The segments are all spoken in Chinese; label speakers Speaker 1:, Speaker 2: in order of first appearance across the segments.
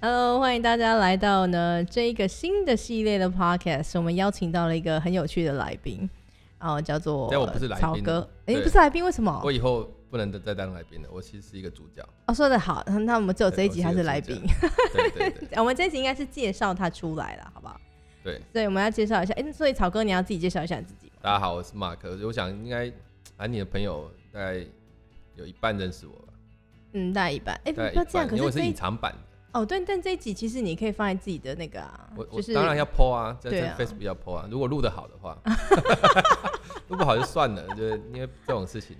Speaker 1: Hello，欢迎大家来到呢这一个新的系列的 Podcast，我们邀请到了一个很有趣的来宾，哦，叫做
Speaker 2: 但我不是来宾
Speaker 1: 曹哥，哎，
Speaker 2: 对
Speaker 1: 你不是来宾，为什么
Speaker 2: 我？以后不能再当来宾了，我其实是一个主角。
Speaker 1: 哦，说的好，那我们只有
Speaker 2: 对
Speaker 1: 这一集他是来宾，
Speaker 2: 我对对 对
Speaker 1: 我们这一集应该是介绍他出来了，好不好？
Speaker 2: 对，
Speaker 1: 所以我们要介绍一下，哎，所以曹哥你要自己介绍一下你自己吗
Speaker 2: 大家好，我是马克。我想应该，啊，你的朋友大概有一半认识我吧，
Speaker 1: 嗯，大概一半，哎，不
Speaker 2: 大概
Speaker 1: 要
Speaker 2: 一
Speaker 1: 这样，
Speaker 2: 半，
Speaker 1: 可
Speaker 2: 因为我
Speaker 1: 是
Speaker 2: 是
Speaker 1: 这
Speaker 2: 隐
Speaker 1: 一
Speaker 2: 藏版的。
Speaker 1: 哦，对，但这一集其实你可以放在自己的那个啊
Speaker 2: 我，我
Speaker 1: 就是
Speaker 2: 当然要 PO 啊，在
Speaker 1: 对
Speaker 2: 在
Speaker 1: 啊
Speaker 2: Facebook 要 PO 啊。如果录得好的 话，录不好就算了，就是因为这种事情。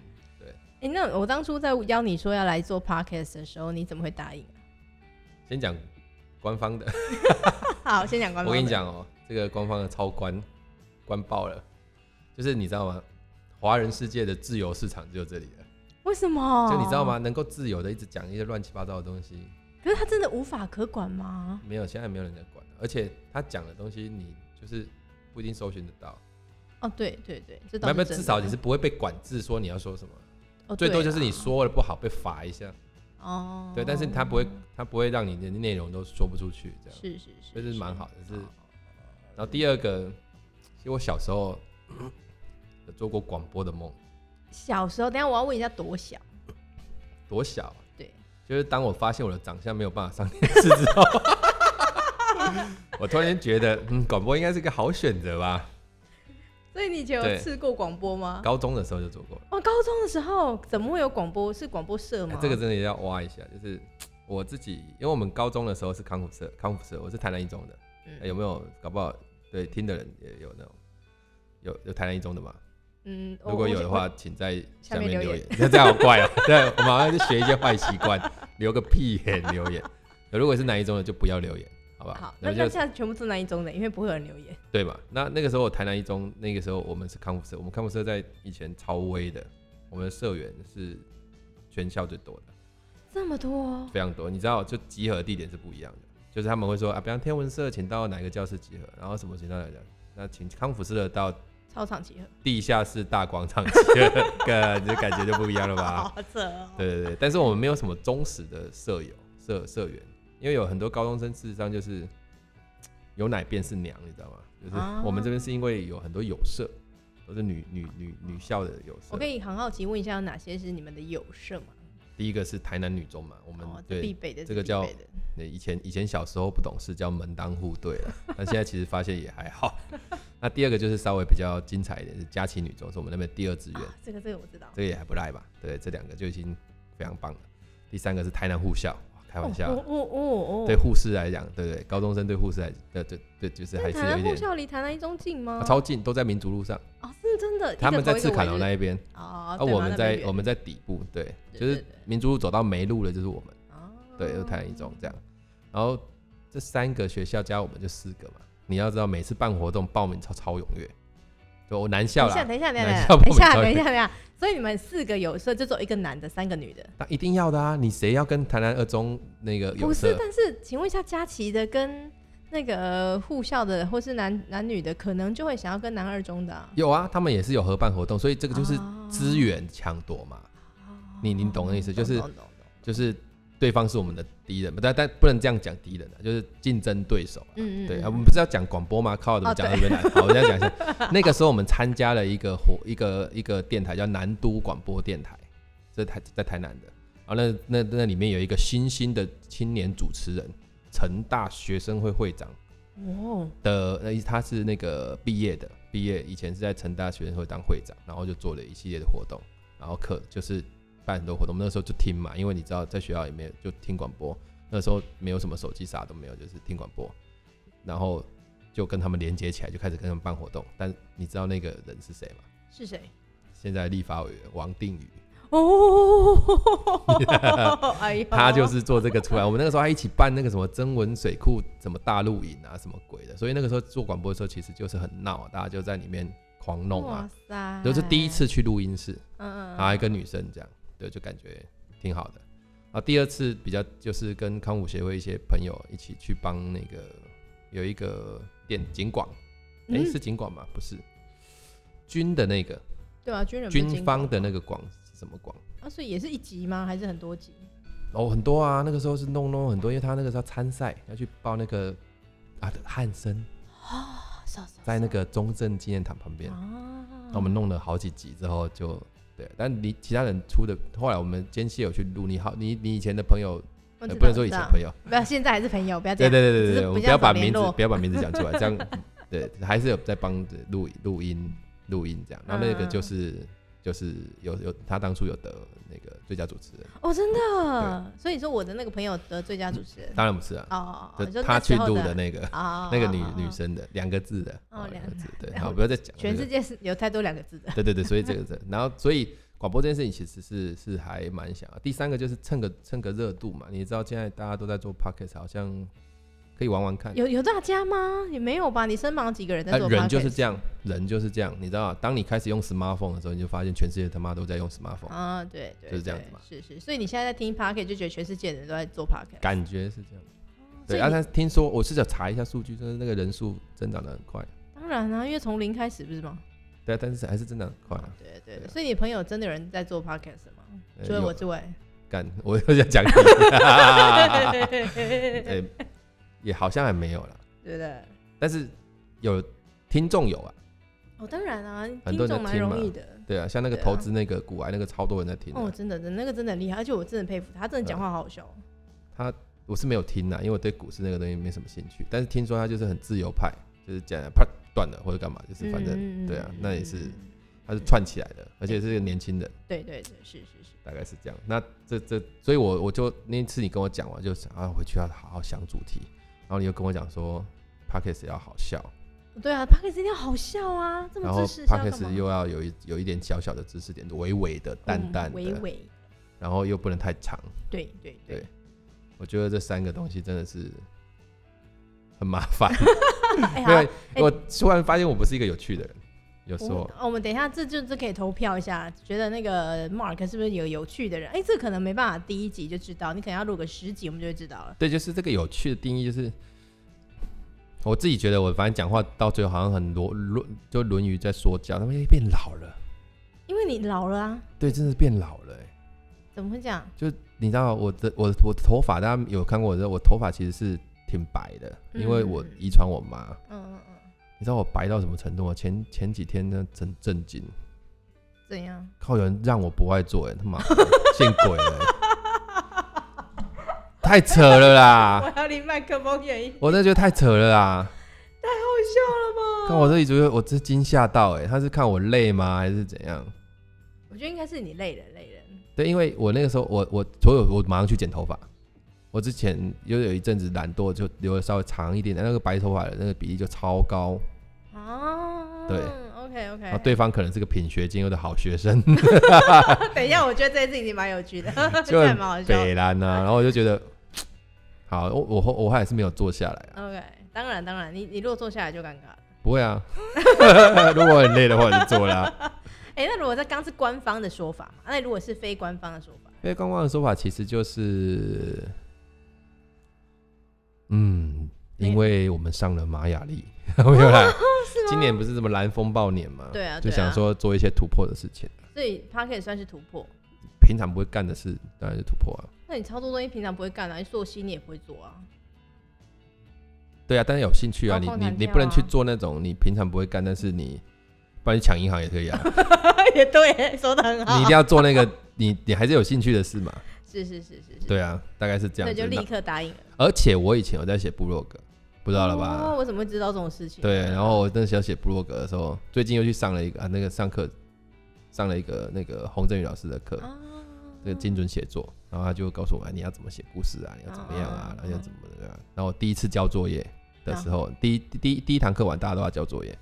Speaker 1: 哎，那我当初在邀你说要来做 Podcast 的时候，你怎么会答应？
Speaker 2: 先讲官方的，
Speaker 1: 好，先讲官方。
Speaker 2: 我跟你，讲哦、这个官方的超官官爆了，就是你知道吗？华人世界的自由市场只有这里了。
Speaker 1: 为什么？
Speaker 2: 就你知道？吗？能够自由的一直讲一些乱七八糟的东西，
Speaker 1: 可是他真的无法可管吗？
Speaker 2: 没有，现在没有人在管，而且他讲的东西你就是不一定搜寻得到，
Speaker 1: 哦，对对对，这倒
Speaker 2: 没
Speaker 1: 是
Speaker 2: 有，没有
Speaker 1: 真的
Speaker 2: 至少你是不会被管制说你要说什么，
Speaker 1: 哦
Speaker 2: 最多就是
Speaker 1: 对啊
Speaker 2: 你说了不好被罚一下，
Speaker 1: 哦，
Speaker 2: 对，但是他不会，他不会让你的内容都说不出去这样，
Speaker 1: 是是是，
Speaker 2: 所以这是蛮好的。是，
Speaker 1: 好
Speaker 2: 然后第二个，其实我小时候有做过广播的梦，
Speaker 1: 小时候，等一下我要问一下多小？
Speaker 2: 多小、啊？
Speaker 1: 对，
Speaker 2: 就是当我发现我的长相没有办法上电视之后，我突然间觉得，嗯，广播应该是个好选择吧。
Speaker 1: 所以你以前有
Speaker 2: 对
Speaker 1: 试过广播吗？
Speaker 2: 高中的时候就做过了，
Speaker 1: 哦，高中的时候怎么会有广播？是广播社吗
Speaker 2: 哎？这个真的要挖一下，就是我自己，因为我们高中的时候是康复社，康复社，我是台南一中的，
Speaker 1: 嗯
Speaker 2: 哎有没有？搞不好对听的人也有那种。有有台南一中的吗？
Speaker 1: 嗯，我
Speaker 2: 如果有的，话
Speaker 1: 我，
Speaker 2: 请在
Speaker 1: 下
Speaker 2: 下
Speaker 1: 面
Speaker 2: 面
Speaker 1: 留
Speaker 2: 留
Speaker 1: 言
Speaker 2: 言。那这样好怪啊！对，我马上就学一些坏习惯，留个屁 眼留言。如果是南一中的，就不要留言，好不
Speaker 1: 我
Speaker 2: 好？
Speaker 1: 好，那
Speaker 2: 然后
Speaker 1: 那
Speaker 2: 就
Speaker 1: 现在全部都南一中的，因为不会有人留言。
Speaker 2: 对嘛？那那个时候台南一中，那个时候我们是康复社，我们康复社在以前超威的，我们的社员是全校最多的，
Speaker 1: 这么多，
Speaker 2: 非常多。你知道，就集合地点是不一样的，就是他们会说啊，比方天文社请到哪个教室集合，然后什么请到哪个教室，那请康复社的到
Speaker 1: 操场集合，
Speaker 2: 地下室大广场集合， 个这感觉就不一样了吧？
Speaker 1: 好扯哦。
Speaker 2: 对对对，但是我们没有什么忠实的舍友社社员，因为有很多高中生事实上就是有奶便是娘，你知道吗？
Speaker 1: 啊
Speaker 2: 就是我们这边是因为有很多友社，都是女女女女校的友
Speaker 1: 我
Speaker 2: 社
Speaker 1: 可。以很好奇问一下，有哪些是你们的友社吗？
Speaker 2: 第一个是台南女中嘛，我们
Speaker 1: 哦，这必
Speaker 2: 对
Speaker 1: 备的，
Speaker 2: 这个
Speaker 1: 必
Speaker 2: 叫
Speaker 1: 备的
Speaker 2: 那以前以前小时候不懂事叫门当户对了， 但现在其实发现也还好。 那第二个就是稍微比较精彩一点，是佳琪女中，是我们那边第二志愿，
Speaker 1: 啊，这个这个我知道。
Speaker 2: 这个也还不赖吧？对，这两个就已经非常棒了。第三个是台南护校，哇开玩笑，啊
Speaker 1: 哦哦哦哦，
Speaker 2: 对护士来讲，对对，高中生对护士来，呃，对对，就是
Speaker 1: 那
Speaker 2: 还是
Speaker 1: 台
Speaker 2: 有
Speaker 1: 南
Speaker 2: 一
Speaker 1: 护
Speaker 2: 点、
Speaker 1: 校离台南一中近吗？
Speaker 2: 啊超近，都在民族路上，
Speaker 1: 哦，是真的，
Speaker 2: 他们在赤坎楼
Speaker 1: 那
Speaker 2: 那一边，
Speaker 1: 哦
Speaker 2: 啊，，
Speaker 1: 对
Speaker 2: 我
Speaker 1: 嘛
Speaker 2: 们
Speaker 1: 那
Speaker 2: 在
Speaker 1: 边
Speaker 2: 我们在底部，对，
Speaker 1: 对
Speaker 2: 就
Speaker 1: 对
Speaker 2: 是
Speaker 1: 对
Speaker 2: 民族路走到没路了，就是我们，
Speaker 1: 哦
Speaker 2: 对，就是台南一中这样。然后这三个学校加我们就四个嘛，你要知道每次办活动报名超超踊跃，对我南校
Speaker 1: 等一下，
Speaker 2: 啦，
Speaker 1: 等一下，等一
Speaker 2: 南
Speaker 1: 下，
Speaker 2: 校
Speaker 1: 等一下，
Speaker 2: 不
Speaker 1: 等
Speaker 2: 美
Speaker 1: 一
Speaker 2: 少女
Speaker 1: 下，等一下。所以你们四个有社就只有一个男的，三个女的，
Speaker 2: 那一定要的啊，你谁要跟台南二中那个有
Speaker 1: 不是？
Speaker 2: 色？
Speaker 1: 但是，请问一下，佳琪的跟那个护校的，或是男男女的，可能就会想要跟男二中的啊。
Speaker 2: 有啊，他们也是有合办活动，所以这个就是
Speaker 1: 哦
Speaker 2: 资源抢夺嘛。你你懂我的意思就是
Speaker 1: 懂懂懂
Speaker 2: 就是对方是我们的敌人，但但不能这样讲敌人啊，就是竞争对手、啊。
Speaker 1: 嗯嗯，嗯
Speaker 2: 对
Speaker 1: 哦
Speaker 2: 啊，我们不是要讲广播吗？靠，怎么讲到这边来？好，我再讲一下。 那个时候我们参加了一个活一个一个电台，叫南都广播电台，这台在台南的。然后那那那里面有一个新兴的青年主持人，成大学生会会长
Speaker 1: 哦，
Speaker 2: 的，那他是那个毕业的，毕业以前是在成大学生会当会长，然后就做了一系列的活动，然后课就是办很多活动。我们那时候就听嘛，因为你知道在学校里面就听广播，那时候没有什么手机，啥都没有，就是听广播，然后就跟他们连接起来，就开始跟他们办活动。但你知道那个人是谁吗？
Speaker 1: 是谁？
Speaker 2: 现在立法委员王定宇，
Speaker 1: 哦，哎呦，
Speaker 2: 他就是做这个出来。我们那个时候还一起办那个什么征文水库什么大露营啊，什么鬼的。所以那个时候做广播的时候，其实就是很闹，啊大家就在里面狂弄啊
Speaker 1: 哇。塞，
Speaker 2: 就是第一，次啊去录音室，
Speaker 1: 嗯嗯，
Speaker 2: 然后还跟女生这样，对，就感觉挺好的。然后第二次比较就是跟康复协会一些朋友一起去帮那个有一个店景广，哎、
Speaker 1: 嗯
Speaker 2: 是景广吗？不是，军的那个
Speaker 1: 对啊，军人不是
Speaker 2: 军
Speaker 1: 经
Speaker 2: 方
Speaker 1: 过
Speaker 2: 的那个广是什么广？
Speaker 1: 啊，所以也是一集吗？还是很多集？
Speaker 2: 哦，很多啊，那个时候是弄弄很多，因为他那个时候参赛要去报那个啊汉森，在那个中正纪念堂旁边，
Speaker 1: 啊
Speaker 2: 那我们弄了好几集之后就对，但你其他人出的，后来我们间歇有去录，你好，你你以前的朋友，
Speaker 1: 我
Speaker 2: 呃
Speaker 1: 知
Speaker 2: 不能
Speaker 1: 道
Speaker 2: 说以
Speaker 1: 知
Speaker 2: 前
Speaker 1: 道
Speaker 2: 朋友，
Speaker 1: 不要，现在还是朋友，不要这
Speaker 2: 对
Speaker 1: 样。
Speaker 2: 对对
Speaker 1: 只
Speaker 2: 对
Speaker 1: 是
Speaker 2: 对，我
Speaker 1: 比
Speaker 2: 们
Speaker 1: 较少
Speaker 2: 不要把
Speaker 1: 联
Speaker 2: 名字
Speaker 1: 络
Speaker 2: 不要把名字讲出来，这 样对，还是有在帮录录音录音这样。然后那个就是、
Speaker 1: 嗯
Speaker 2: 就是有有他当初有得那个最佳主持人，
Speaker 1: 哦，真的。所以说我的那个朋友得最佳主持人。
Speaker 2: 当然不是啊，
Speaker 1: 哦，
Speaker 2: 就
Speaker 1: 你说
Speaker 2: 他
Speaker 1: 那时
Speaker 2: 去
Speaker 1: 候
Speaker 2: 录
Speaker 1: 的
Speaker 2: 的那个
Speaker 1: 啊，
Speaker 2: 那个女
Speaker 1: 哦
Speaker 2: 女，生的两个字的，
Speaker 1: 哦
Speaker 2: 哦
Speaker 1: 两
Speaker 2: 两
Speaker 1: 个
Speaker 2: 个字，对，
Speaker 1: 然后
Speaker 2: 好，不要再讲
Speaker 1: 哦
Speaker 2: 这
Speaker 1: 全
Speaker 2: 个
Speaker 1: 世界是有太多两个字的。
Speaker 2: 对对对，所以这个这，然后所以广播这件事情其实是是还蛮想要。第三个就是蹭个蹭个热度嘛，你知道现在大家都在做 podcast，好像可以玩玩看。
Speaker 1: 有有大家吗？也没有吧？你身旁几个人在
Speaker 2: 呃
Speaker 1: 做 podcast？
Speaker 2: 人就是这样，人就是这样，你知道吗？当你开始用 smartphone 的时候，你就发现全世界他妈都在用 smartphone，、
Speaker 1: 啊，对，对
Speaker 2: 就是这样子
Speaker 1: 对
Speaker 2: 嘛
Speaker 1: 是是，所以你现在在听 podcast 就觉得全世界的人都在做 podcast。
Speaker 2: 感觉是这样。
Speaker 1: 所
Speaker 2: 对，
Speaker 1: 以
Speaker 2: 啊，
Speaker 1: 你
Speaker 2: 但是听说我是想查一下数据，就是那个人数增长的很快，
Speaker 1: 当然啊，因为从零开始不是吗？
Speaker 2: 对啊，但是还是增长很快啊。
Speaker 1: 对对
Speaker 2: 对
Speaker 1: 对，
Speaker 2: 啊
Speaker 1: 所以你朋友真的有人在做 podcast 吗？
Speaker 2: 呃
Speaker 1: 除了
Speaker 2: 有
Speaker 1: 我之外，
Speaker 2: 干，我又想讲你，
Speaker 1: 对
Speaker 2: 对，也好像还没有啦，
Speaker 1: 的。
Speaker 2: 但是有听众有啊，
Speaker 1: 哦，当然啊，听
Speaker 2: 很多人在
Speaker 1: 众蛮
Speaker 2: 听
Speaker 1: 容
Speaker 2: 嘛
Speaker 1: 易的。
Speaker 2: 对啊，像那个
Speaker 1: 对啊
Speaker 2: 投资那个股癌那个超多人在听、嗯啊，
Speaker 1: 哦，真的，真的那个真的很厉害，而且我真的很佩服他，他真的讲话好好笑。
Speaker 2: 我是没有听啊，因为我对股市那个东西没什么兴趣，但是听说他就是很自由派，就是讲啪断了或者干嘛，就是反正、
Speaker 1: 嗯
Speaker 2: 对啊那也是
Speaker 1: 嗯
Speaker 2: 他是串起来的，而且是个年轻人，
Speaker 1: 对对对，是是是，
Speaker 2: 大概是这样。那这这，所以我我就那次你跟我讲完，就想啊回去要好好想主题，然后你又跟我讲说 p o c k e t 要好笑，
Speaker 1: 对啊 p o d c a s 一定要好笑啊，这
Speaker 2: 然
Speaker 1: 么知
Speaker 2: 后
Speaker 1: 识
Speaker 2: p
Speaker 1: 是要干嘛
Speaker 2: o c k e t 又要有一有一点小小的知识点，微微的、淡淡
Speaker 1: 嗯
Speaker 2: 的，
Speaker 1: 微微，
Speaker 2: 然后又不能太长。
Speaker 1: 对对对
Speaker 2: 对。我觉得这三个东西真的是很麻 烦。
Speaker 1: 哎
Speaker 2: 因
Speaker 1: 好
Speaker 2: 为我突然发现我不是一个有趣的人，有时
Speaker 1: 我们
Speaker 2: 候
Speaker 1: 哦我们等一下，这就这可以投票一下，觉得那个 Mark 是不是有有趣的人？哎，这可能没办法第一集就知道，你可能要录个十集，我们就会知道了。
Speaker 2: 对，就是这个有趣的定义，就是我自己觉得我反正讲话到最后好像很啰啰，就论语在说教，他们变老了，
Speaker 1: 因为你老了啊，
Speaker 2: 对，真的是变老了、欸。
Speaker 1: 怎么会这样？
Speaker 2: 就你知道我的我我的头发，大家有看过我的，我头发其实是挺白的，因为我
Speaker 1: 嗯
Speaker 2: 遗传我妈。
Speaker 1: 嗯嗯嗯，
Speaker 2: 你知道我白到什么程度吗？前前几天呢，真震惊，
Speaker 1: 怎样？
Speaker 2: 靠，有人让我不爱做、欸，他妈 的见鬼了欸、太扯了啦！
Speaker 1: 我要离麦克风远一点，
Speaker 2: 我真的觉得太扯了啦！
Speaker 1: 好笑了吧？
Speaker 2: 看我这一组，我真惊吓到哎、欸，他是看我累吗，还是怎样？
Speaker 1: 我觉得应该是你累了，累了。
Speaker 2: 对，因为我那个时候，我我所有我马上去剪头发。我之前又有一阵子懒惰，就留的稍微长一点，那个白头发的那个比例就超高。
Speaker 1: 哦，
Speaker 2: 对
Speaker 1: ，OK OK，
Speaker 2: 啊，对方可能是个品学兼优的好学生，
Speaker 1: 等一下，我觉得这一次已经蛮有趣的，
Speaker 2: 就
Speaker 1: 这还
Speaker 2: 很
Speaker 1: 蛮好笑的。
Speaker 2: 北兰呐、然后我就觉得，好，我我后我还是没有坐下来啊。
Speaker 1: OK，当然当然，你你如果坐下来就尴尬了。
Speaker 2: 不会啊， 如果我很累的话，我就坐啦、
Speaker 1: 哎、那如果这刚是官方的说法嘛，那如果是非官方的说法，
Speaker 2: 因为观光的说法其实就是，嗯，
Speaker 1: 没有
Speaker 2: 因为我们上了玛雅历， 没 有啦，
Speaker 1: 是吗？
Speaker 2: 今年不是这么蓝风暴年嘛，
Speaker 1: 对啊，
Speaker 2: 就
Speaker 1: 对啊
Speaker 2: 想，说做一些突破的事情，
Speaker 1: 所以 p a r k e t 算是突破。
Speaker 2: 平常不会干的事，当然就突破啊。
Speaker 1: 那你超多东西平常不会干啊，你做戏你也不会做啊。
Speaker 2: 对啊，但是有兴趣啊，
Speaker 1: 高
Speaker 2: 你
Speaker 1: 空
Speaker 2: 你
Speaker 1: 弹
Speaker 2: 你
Speaker 1: 跳
Speaker 2: 不能去
Speaker 1: 啊
Speaker 2: 做那种你平常不会干，但是你，不 然你抢银行也可以啊，
Speaker 1: 也对，说的很
Speaker 2: 你一定要做那个你你还是有兴趣的事嘛。
Speaker 1: 是是是是是，
Speaker 2: 对啊，大概是
Speaker 1: 所
Speaker 2: 这样
Speaker 1: 以
Speaker 2: 子
Speaker 1: 就。立
Speaker 2: 那
Speaker 1: 刻答应了。
Speaker 2: 而且我以前有在写部落格，不知道了吧？
Speaker 1: 哦，我啊怎么会知道这种事情？
Speaker 2: 对，然后我那时候写部落格的时候，最近又去上了一个啊，那个上课上了一个那个洪振宇老师的课，
Speaker 1: 啊，
Speaker 2: 这个精准写作，然后他就告诉我，哎你要怎么写故事啊，你要怎么样
Speaker 1: 哦，
Speaker 2: 啊
Speaker 1: 嗯
Speaker 2: 然后要怎么的、啊。然后我第一次交作业的时候，第一第一第一堂课完，大家都要交作业，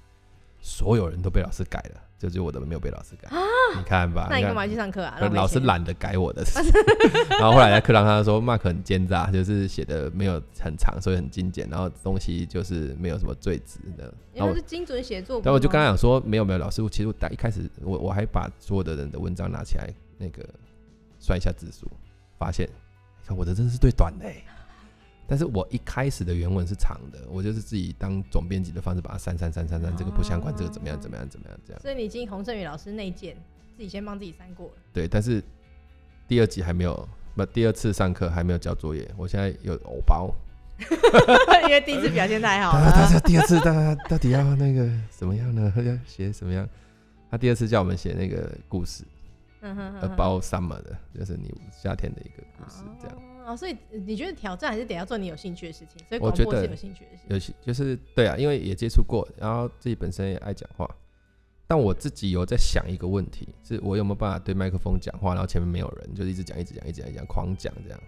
Speaker 2: 所有人都被老师改了，就只有我的没有被老师改。你看吧，
Speaker 1: 啊那你
Speaker 2: 看
Speaker 1: 干嘛去上课啊？
Speaker 2: 呃
Speaker 1: 浪费
Speaker 2: 老师
Speaker 1: 钱，
Speaker 2: 懒得改我的， 然后后来在课堂上说 Mark 很奸诈，啊就是写的没有很长，所以很精简，然后东西就是没有什么最值的。然
Speaker 1: 因
Speaker 2: 后
Speaker 1: 为
Speaker 2: 我
Speaker 1: 是精准写作。
Speaker 2: 但我就刚刚讲说没有没有，老师，其实我打一开始我我还把所有的人的文章拿起来那个算一下字数，发现看我的真的是最短的、欸，但是我一开始的原文是长的，我就是自己当总编辑的方式把它删删删删删，这个不相关，这个怎么样怎么样怎么样这样。
Speaker 1: 所以你经洪振宇老师内建，自己先帮自己删过了。
Speaker 2: 对，但是第二集还没有不，第二次上课还没有交作业，我现在有偶包。
Speaker 1: 因为第一次表现太好
Speaker 2: 大家大
Speaker 1: 了。
Speaker 2: 家第二次大家到底要那个怎么样呢？ 要写什么样？他第二次叫我们写那个故事
Speaker 1: 嗯哼哼哼
Speaker 2: ，about summer 的，就是你夏天的一个呃故事，这样。
Speaker 1: 哦，所以你觉得挑战还是得要做你有兴趣的事情，所以
Speaker 2: 我
Speaker 1: 广
Speaker 2: 觉
Speaker 1: 播是
Speaker 2: 得
Speaker 1: 有兴趣的事情。
Speaker 2: 有些就是对啊，因为也接触过，然后自己本身也爱讲话，但我自己有在想一个问题，是我有没有办法对麦克风讲话，然后前面没有人，就一直讲，一直讲，一直讲，一直讲，狂讲这样。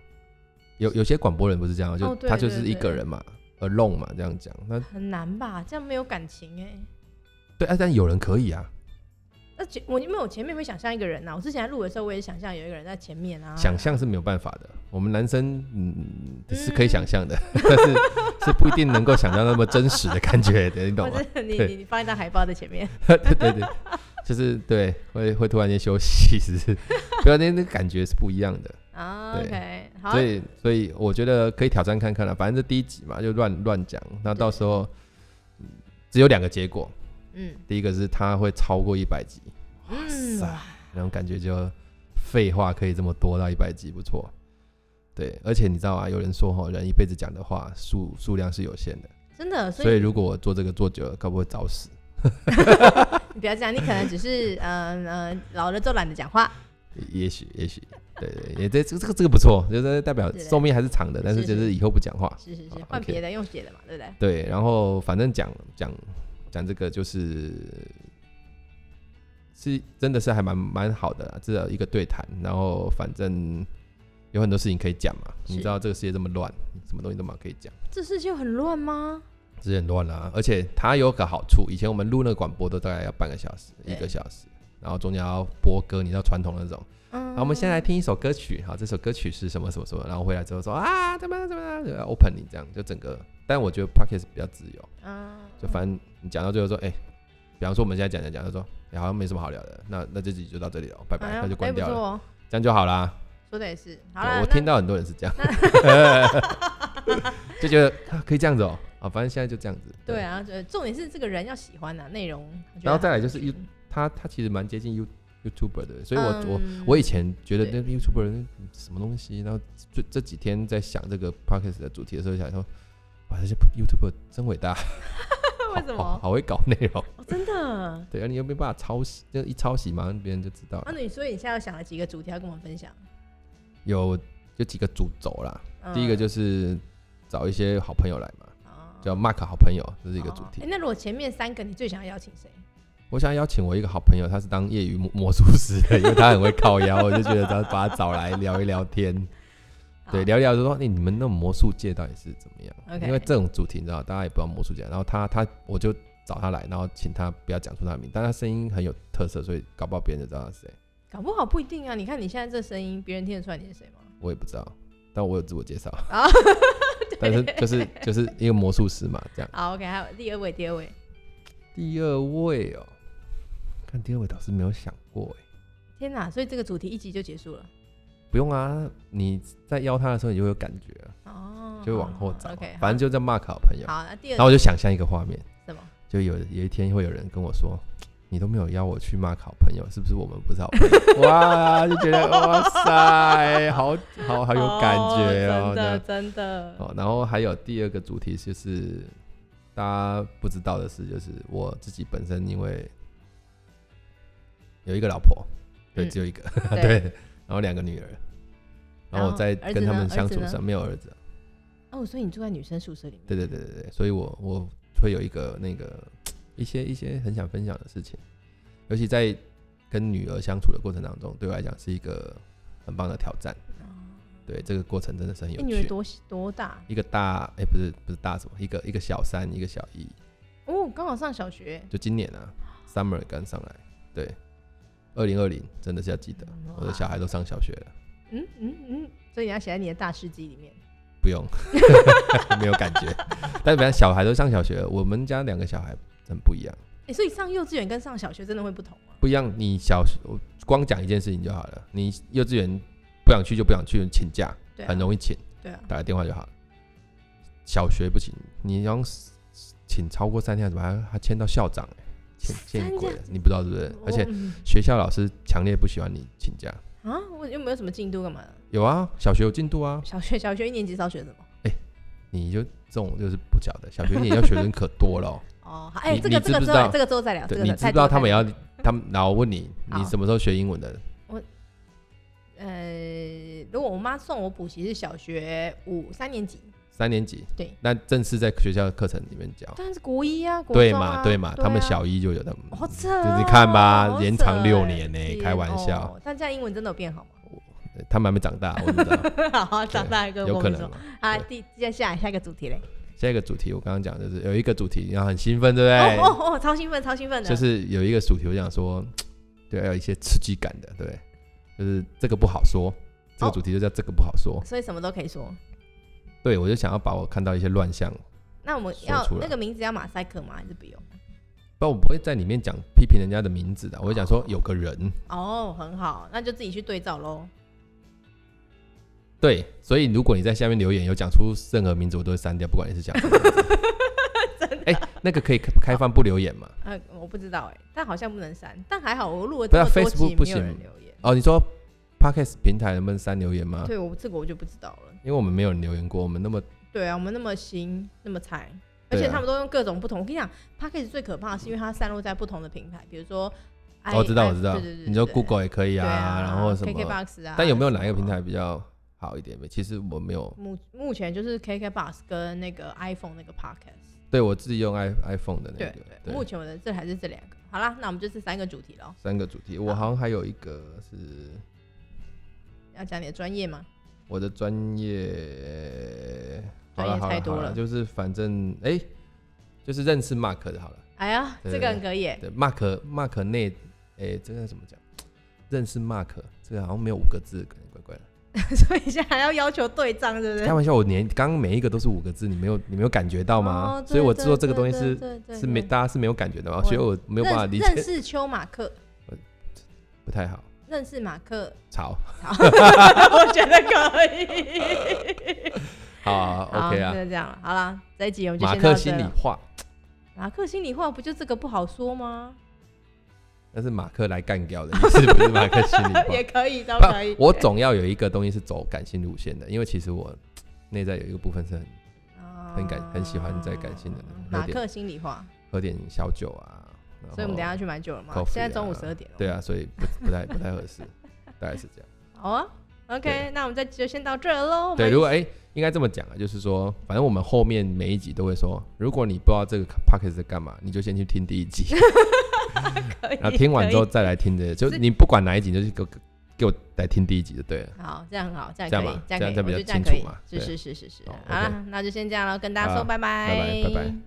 Speaker 2: 有有些广播人不是这样，啊就、
Speaker 1: 哦对
Speaker 2: 他就
Speaker 1: 对
Speaker 2: 是一个
Speaker 1: 对
Speaker 2: 人嘛，alone 嘛，这样讲。那
Speaker 1: 很难吧？这样没有感情哎、
Speaker 2: 对啊，但有人可以啊，
Speaker 1: 那前我因为我前面会想象一个人呐、啊，我之前在录的时候我也想象有一个人在前面啊，
Speaker 2: 想象是没有办法的。我们男生嗯
Speaker 1: 嗯
Speaker 2: 是可以想象的， 但是是不一定能够想象那么真实的感觉的，你懂
Speaker 1: 或
Speaker 2: 吗？
Speaker 1: 者你
Speaker 2: 对
Speaker 1: 你你放一张海报在前 面，
Speaker 2: 对对对，就是对，会会突然间休息，只是不要那那个感觉是不一样的。
Speaker 1: 啊
Speaker 2: 对
Speaker 1: ，OK，好，
Speaker 2: 所以所以我觉得可以挑战看看了，反正这第一集嘛，就乱乱讲，那到时候嗯只有两个结果，
Speaker 1: 嗯
Speaker 2: 第一个是它会超过一百集，哇
Speaker 1: 嗯，
Speaker 2: 塞，
Speaker 1: 哇
Speaker 2: 那种感觉就废话可以这么多到一百集，不错。对，而且你知道啊，有人说哈，人一辈子讲的话数数量是有限的，
Speaker 1: 真的，所
Speaker 2: 所以
Speaker 1: 以
Speaker 2: 如果我做这个做久了，该不会早死？
Speaker 1: 你不要这样，你可能只是嗯嗯老了就懒得讲话，
Speaker 2: 也许，也许，对对，也这这这个这个不错，就是代表
Speaker 1: 是的
Speaker 2: 寿命还是长的，但是
Speaker 1: 是
Speaker 2: 就是是以后不讲话。
Speaker 1: 是是
Speaker 2: 好
Speaker 1: 是，换
Speaker 2: OK
Speaker 1: 别的用写的嘛，对不对？
Speaker 2: 对，然后反正讲讲讲这个就是是真的是还蛮蛮好的啦，至少一个对谈，然后反正有很多事情可以讲嘛。你
Speaker 1: 是
Speaker 2: 知道这个世界这么乱，什么东西都嘛可以讲，
Speaker 1: 这世界很乱吗？
Speaker 2: 是很乱啦、啊而且它有个好处，以前我们录那个广播都大概要半个小时，一
Speaker 1: 对
Speaker 2: 个小时，然后中间要播歌，你知道传统那种。
Speaker 1: 嗯，
Speaker 2: 好，我们先来听一首歌曲，好，这首歌曲是什么什么什么，然后回来之后说啊，怎么样怎么样就要，open 你这样，就整个，但我觉得 podcast 比较自由，
Speaker 1: 嗯，
Speaker 2: 就反正你讲到最后说，哎、比方说我们现在讲讲讲，他说、哎好像没什么好聊的，那那这集就到这里了，拜拜，
Speaker 1: 哎呦
Speaker 2: 那就关掉
Speaker 1: 哎不
Speaker 2: 了，
Speaker 1: 错哦
Speaker 2: 这样就好啦。
Speaker 1: 说的也是，好
Speaker 2: 对
Speaker 1: 了，
Speaker 2: 我
Speaker 1: 那
Speaker 2: 听到很多人是这样， 就觉得、啊、可以这样子哦、啊，反正现在就这样子。
Speaker 1: 对啊，就重点是这个人要喜欢啊，内容，我觉得
Speaker 2: 然后再来就是
Speaker 1: 很有趣
Speaker 2: 他他其实蛮接近 You YouTuber 的，所以我、我
Speaker 1: 嗯
Speaker 2: 我以前觉得那
Speaker 1: 对
Speaker 2: YouTuber 那什么东西，然后这这几天在想这个 podcast 的主题的时候，想说，哇，这些 YouTuber 真伟大，
Speaker 1: 为什
Speaker 2: 好好
Speaker 1: 么？
Speaker 2: 好会搞内容？
Speaker 1: 哦真的？
Speaker 2: 对，而啊你又没办法抄袭，就一抄袭马上别人就知道了。
Speaker 1: 那你所以你现在想了几个主题要跟我们分享？
Speaker 2: 有有几个主轴啦，
Speaker 1: 嗯
Speaker 2: 第一个就是找一些好朋友来嘛，
Speaker 1: 哦
Speaker 2: 叫 Mark 好朋友，这是一个主
Speaker 1: 哦
Speaker 2: 题
Speaker 1: 诶。那如果前面三个，你最想要邀请谁？
Speaker 2: 我想邀请我一个好朋友，他是当业余魔魔术师的，因为他很会靠腰，我 就觉得他把他找来聊一聊天。对，
Speaker 1: 好
Speaker 2: 聊一聊就说，哎、你们那种魔术界到底是怎么样
Speaker 1: OK
Speaker 2: 因为这种主题你知道，大家也不知道魔术界。然后他他我就找他来，然后请他不要讲出他的名，但他声音很有特色，所以搞不好别人就知道他是谁，
Speaker 1: 搞不好不一定啊。你看你现在这声音，别人听得出来你是谁 吗？
Speaker 2: 我也不知道。但我有自我介绍，
Speaker 1: 啊，
Speaker 2: 但是就是就是一个魔术师嘛，这样。
Speaker 1: 好，OK，还有第二位，第二位，
Speaker 2: 第二位哦，看第二位倒是没有想过哎，
Speaker 1: 天哪！所以这个主题一集就结束了
Speaker 2: 不用啊，你在邀他的时候你就会有感觉啊、
Speaker 1: 哦，
Speaker 2: 就会往后找啊、
Speaker 1: OK，好
Speaker 2: 反正就在 Mark 好朋友。
Speaker 1: 好。那第
Speaker 2: 然
Speaker 1: 二
Speaker 2: 后我就想象一个画面，
Speaker 1: 什么？
Speaker 2: 就有有一天会有人跟我说，你都没有邀我去骂好朋友，是不是我们不是好朋友？ 哇，就觉得哇塞，好好好有感觉哦
Speaker 1: 哦。真
Speaker 2: 这样
Speaker 1: 的真的，
Speaker 2: 哦，然后还有第二个主题就是大家不知道的事，就是我自己本身因为有一个老婆，对，
Speaker 1: 嗯
Speaker 2: 只有一个，
Speaker 1: 对
Speaker 2: 对，然后两个女儿，然
Speaker 1: 然
Speaker 2: 后
Speaker 1: 后
Speaker 2: 我在
Speaker 1: 儿子
Speaker 2: 跟他
Speaker 1: 呢
Speaker 2: 们
Speaker 1: 儿
Speaker 2: 相
Speaker 1: 子
Speaker 2: 处
Speaker 1: 呢
Speaker 2: 上没有儿子啊，
Speaker 1: 哦，所以你住在女生宿舍里面，
Speaker 2: 对对对对对，所以我我会有一个那个一些一些很想分享的事情，尤其在跟女儿相处的过程当中，对我来讲是一个很棒的挑战。对，这个过程真的是很
Speaker 1: 哦
Speaker 2: 有
Speaker 1: 诶，你女儿
Speaker 2: 趣。
Speaker 1: 多多大？
Speaker 2: 一个大哎、不是不是大什么，一个一个小三，一个小一，
Speaker 1: 哦，刚好上小学，
Speaker 2: 就今年啊，summer 刚上来，对，二零二零真的是要记得，我的小孩都上小学了，
Speaker 1: 嗯嗯嗯，所以你要写在你的大事记里面。
Speaker 2: 不用， 没有感觉。但反正小孩都上小学了，我们家两个小孩很不一样。
Speaker 1: 哎，所以上幼稚园跟上小学真的会不同吗？
Speaker 2: 不一样。你小学我光讲一件事情就好了，你幼稚园不想去就不想去，请假
Speaker 1: 对啊，
Speaker 2: 很容易请，
Speaker 1: 对啊，
Speaker 2: 打个电话就好了。小学不行，你要请超过三天，怎么还还签到校长、欸？见见鬼了
Speaker 1: 三，哦
Speaker 2: 你不知道是不是？而且
Speaker 1: 我嗯
Speaker 2: 学校老师强烈不喜欢你请假，
Speaker 1: 啊，我又没有什么进度干嘛？
Speaker 2: 有啊，小学有进度啊，
Speaker 1: 小学小学一年级是要学什么？
Speaker 2: 你就这种就是不巧的，小学一年级要学生可多了哦、
Speaker 1: 哦，好，哎，
Speaker 2: 你
Speaker 1: 这个
Speaker 2: 你知
Speaker 1: 这个
Speaker 2: 不
Speaker 1: 之
Speaker 2: 知
Speaker 1: 后
Speaker 2: 道
Speaker 1: 这个之后再聊，啊这
Speaker 2: 对，
Speaker 1: 个再
Speaker 2: 你知不知道他们也
Speaker 1: 再
Speaker 2: 要他们？然后我问你，
Speaker 1: 好
Speaker 2: 你什么时候学英文的？
Speaker 1: 呃，如果我妈送我补习是小学五三年级，
Speaker 2: 三年级。
Speaker 1: 对，
Speaker 2: 那正式在学校的课程里面教。
Speaker 1: 但是国一啊，国
Speaker 2: 对
Speaker 1: 中
Speaker 2: 嘛，
Speaker 1: 啊
Speaker 2: 对嘛，他们
Speaker 1: 啊
Speaker 2: 小一就有他们。
Speaker 1: 好扯
Speaker 2: 就
Speaker 1: 哦，
Speaker 2: 是看吧
Speaker 1: 好
Speaker 2: 延
Speaker 1: 扯
Speaker 2: 长六
Speaker 1: 欸
Speaker 2: 年呢
Speaker 1: 天
Speaker 2: 开玩笑
Speaker 1: 哦但这样英文真的有变好吗？
Speaker 2: 他们还没长大，我不知道，
Speaker 1: 好，长大一个
Speaker 2: 有
Speaker 1: 我
Speaker 2: 可
Speaker 1: 们
Speaker 2: 能
Speaker 1: 说
Speaker 2: 嘛。
Speaker 1: 啊，
Speaker 2: 对
Speaker 1: 第接下来下一个主题嘞，
Speaker 2: 下一个主题，我刚刚讲就是有一个主题，然后很兴奋，对不对？
Speaker 1: 哦哦哦，超兴奋，超兴奋的，
Speaker 2: 哎 就是有一个主题，我想说，对，要有一些刺激感的，对，就是这个不好说，这
Speaker 1: 哦
Speaker 2: 个主题就叫这个不好说。
Speaker 1: 所以什么都可以说。
Speaker 2: 对，我就想要把我看到一些乱象，
Speaker 1: 那我们
Speaker 2: 说
Speaker 1: 要
Speaker 2: 出来
Speaker 1: 那个名字要马赛克吗？还是不用？
Speaker 2: 不然我不会在里面讲批评人家的名字的，我会讲说有个人，
Speaker 1: 哦，很好，那就自己去对照 喽。
Speaker 2: 对，所以如果你在下面留言有讲出任何名字，我都会删掉，不管你是讲什么 名字。哎、那个可以开开放不留言嘛？
Speaker 1: 呃，我不知道哎、但好像不能删，但还好我录了
Speaker 2: 不
Speaker 1: 这
Speaker 2: 要
Speaker 1: 么多
Speaker 2: Facebook
Speaker 1: 集
Speaker 2: 不
Speaker 1: 没有
Speaker 2: 行
Speaker 1: 人留言。
Speaker 2: 哦，你说 Podcast 平台能不能删留言吗？
Speaker 1: 对我这个我就不知道了。
Speaker 2: 因为我们没有人留言过，我们那么
Speaker 1: 对啊，我们那么新，那么菜，而
Speaker 2: 对啊
Speaker 1: 且他们都用各种不同。我跟你讲 p a c k a g e 最可怕的是因为它散落在不同的平台，比如说 I,、
Speaker 2: 哦我知道
Speaker 1: I-
Speaker 2: 我知道，
Speaker 1: 哎对对对，
Speaker 2: 你说
Speaker 1: 对
Speaker 2: Google 也可以
Speaker 1: 对
Speaker 2: 啊，
Speaker 1: 啊，
Speaker 2: 然后什么
Speaker 1: KKBox 啊？
Speaker 2: 但有没有哪一个
Speaker 1: 什么
Speaker 2: 平？台比较好一点？其实我没有，
Speaker 1: 目目前就是 KKBox 跟那个 iPhone 那个 Podcast，
Speaker 2: 对我自己用 i iPhone 的那
Speaker 1: 对
Speaker 2: 个，
Speaker 1: 对，目前我的这还是这两个。好啦，那我们就是三个主题喽。
Speaker 2: 三个主题，我好像还有一个是
Speaker 1: 要讲你的专业吗？
Speaker 2: 我的专业，好
Speaker 1: 专
Speaker 2: 了
Speaker 1: 业
Speaker 2: 好
Speaker 1: 太
Speaker 2: 了
Speaker 1: 多
Speaker 2: 好了，
Speaker 1: 了
Speaker 2: 就是反正哎、就是认识 Mark 的好了，
Speaker 1: 哎呀，
Speaker 2: 对
Speaker 1: 这个很可以耶，
Speaker 2: 对 Mark Mark 内，哎、这个怎么讲？认识 Mark 这个好像没有五个字，可能怪怪的。
Speaker 1: 所以现在还要要求对账，对不对
Speaker 2: 开？玩笑，我连刚刚每一个都是五个字，你没有你没有感觉到吗？
Speaker 1: 哦
Speaker 2: 所以我制作这个东西是是没大家是没有感觉的嘛，
Speaker 1: 我
Speaker 2: 所以我没有办法理
Speaker 1: 认
Speaker 2: 解，
Speaker 1: 识丘马 克，
Speaker 2: 不太好。
Speaker 1: 认识马 克，
Speaker 2: 吵，
Speaker 1: 我觉得可以。
Speaker 2: 好啊，OK
Speaker 1: 好
Speaker 2: 啊。
Speaker 1: 那就这样了。好啦，这一集我们就
Speaker 2: 马
Speaker 1: 先到
Speaker 2: 克
Speaker 1: 这
Speaker 2: 心里
Speaker 1: 了。
Speaker 2: 话，
Speaker 1: 马克心里话不就这个不好说 吗？
Speaker 2: 那是马克来干掉的意思，不是马克心里
Speaker 1: 也
Speaker 2: 话。
Speaker 1: 可以，都可以
Speaker 2: 不，。我总要有一个东西是走感性路线的，因为其实我内在有一个部分是很很感很喜欢在感性的
Speaker 1: 嗯
Speaker 2: 喝
Speaker 1: 马
Speaker 2: 点
Speaker 1: 克心里话，
Speaker 2: 喝点小酒啊，然后
Speaker 1: 所以我们等一下去买酒了嘛？
Speaker 2: coffee
Speaker 1: 现在中午
Speaker 2: 啊
Speaker 1: 十二点了。
Speaker 2: 对啊，所以不不太不太合 适，大概是这样。
Speaker 1: 好啊，OK，
Speaker 2: 对
Speaker 1: 那我们这集就先到这儿喽。我
Speaker 2: 对，
Speaker 1: 们
Speaker 2: 如果哎、应该这么讲啊，就是说，反正我们后面每一集都会说，如果你不知道这个 p o c k e t 在干嘛，你就先去听第 一集，
Speaker 1: 可以
Speaker 2: 然后听完之后
Speaker 1: 可
Speaker 2: 再来听这个，就是你不管哪一集，你就是给我给我来听第一集就对了。
Speaker 1: 以好，这样很好，这样
Speaker 2: 这
Speaker 1: 可
Speaker 2: 样
Speaker 1: 以
Speaker 2: 嘛，
Speaker 1: 可以，
Speaker 2: 这样
Speaker 1: 我觉得
Speaker 2: 比
Speaker 1: 这
Speaker 2: 较
Speaker 1: 样
Speaker 2: 清
Speaker 1: 可以
Speaker 2: 楚嘛，
Speaker 1: 是
Speaker 2: 对
Speaker 1: 是是是是。
Speaker 2: 好
Speaker 1: 好了，那就先这样了，跟大家说
Speaker 2: 好
Speaker 1: 拜
Speaker 2: 拜拜拜拜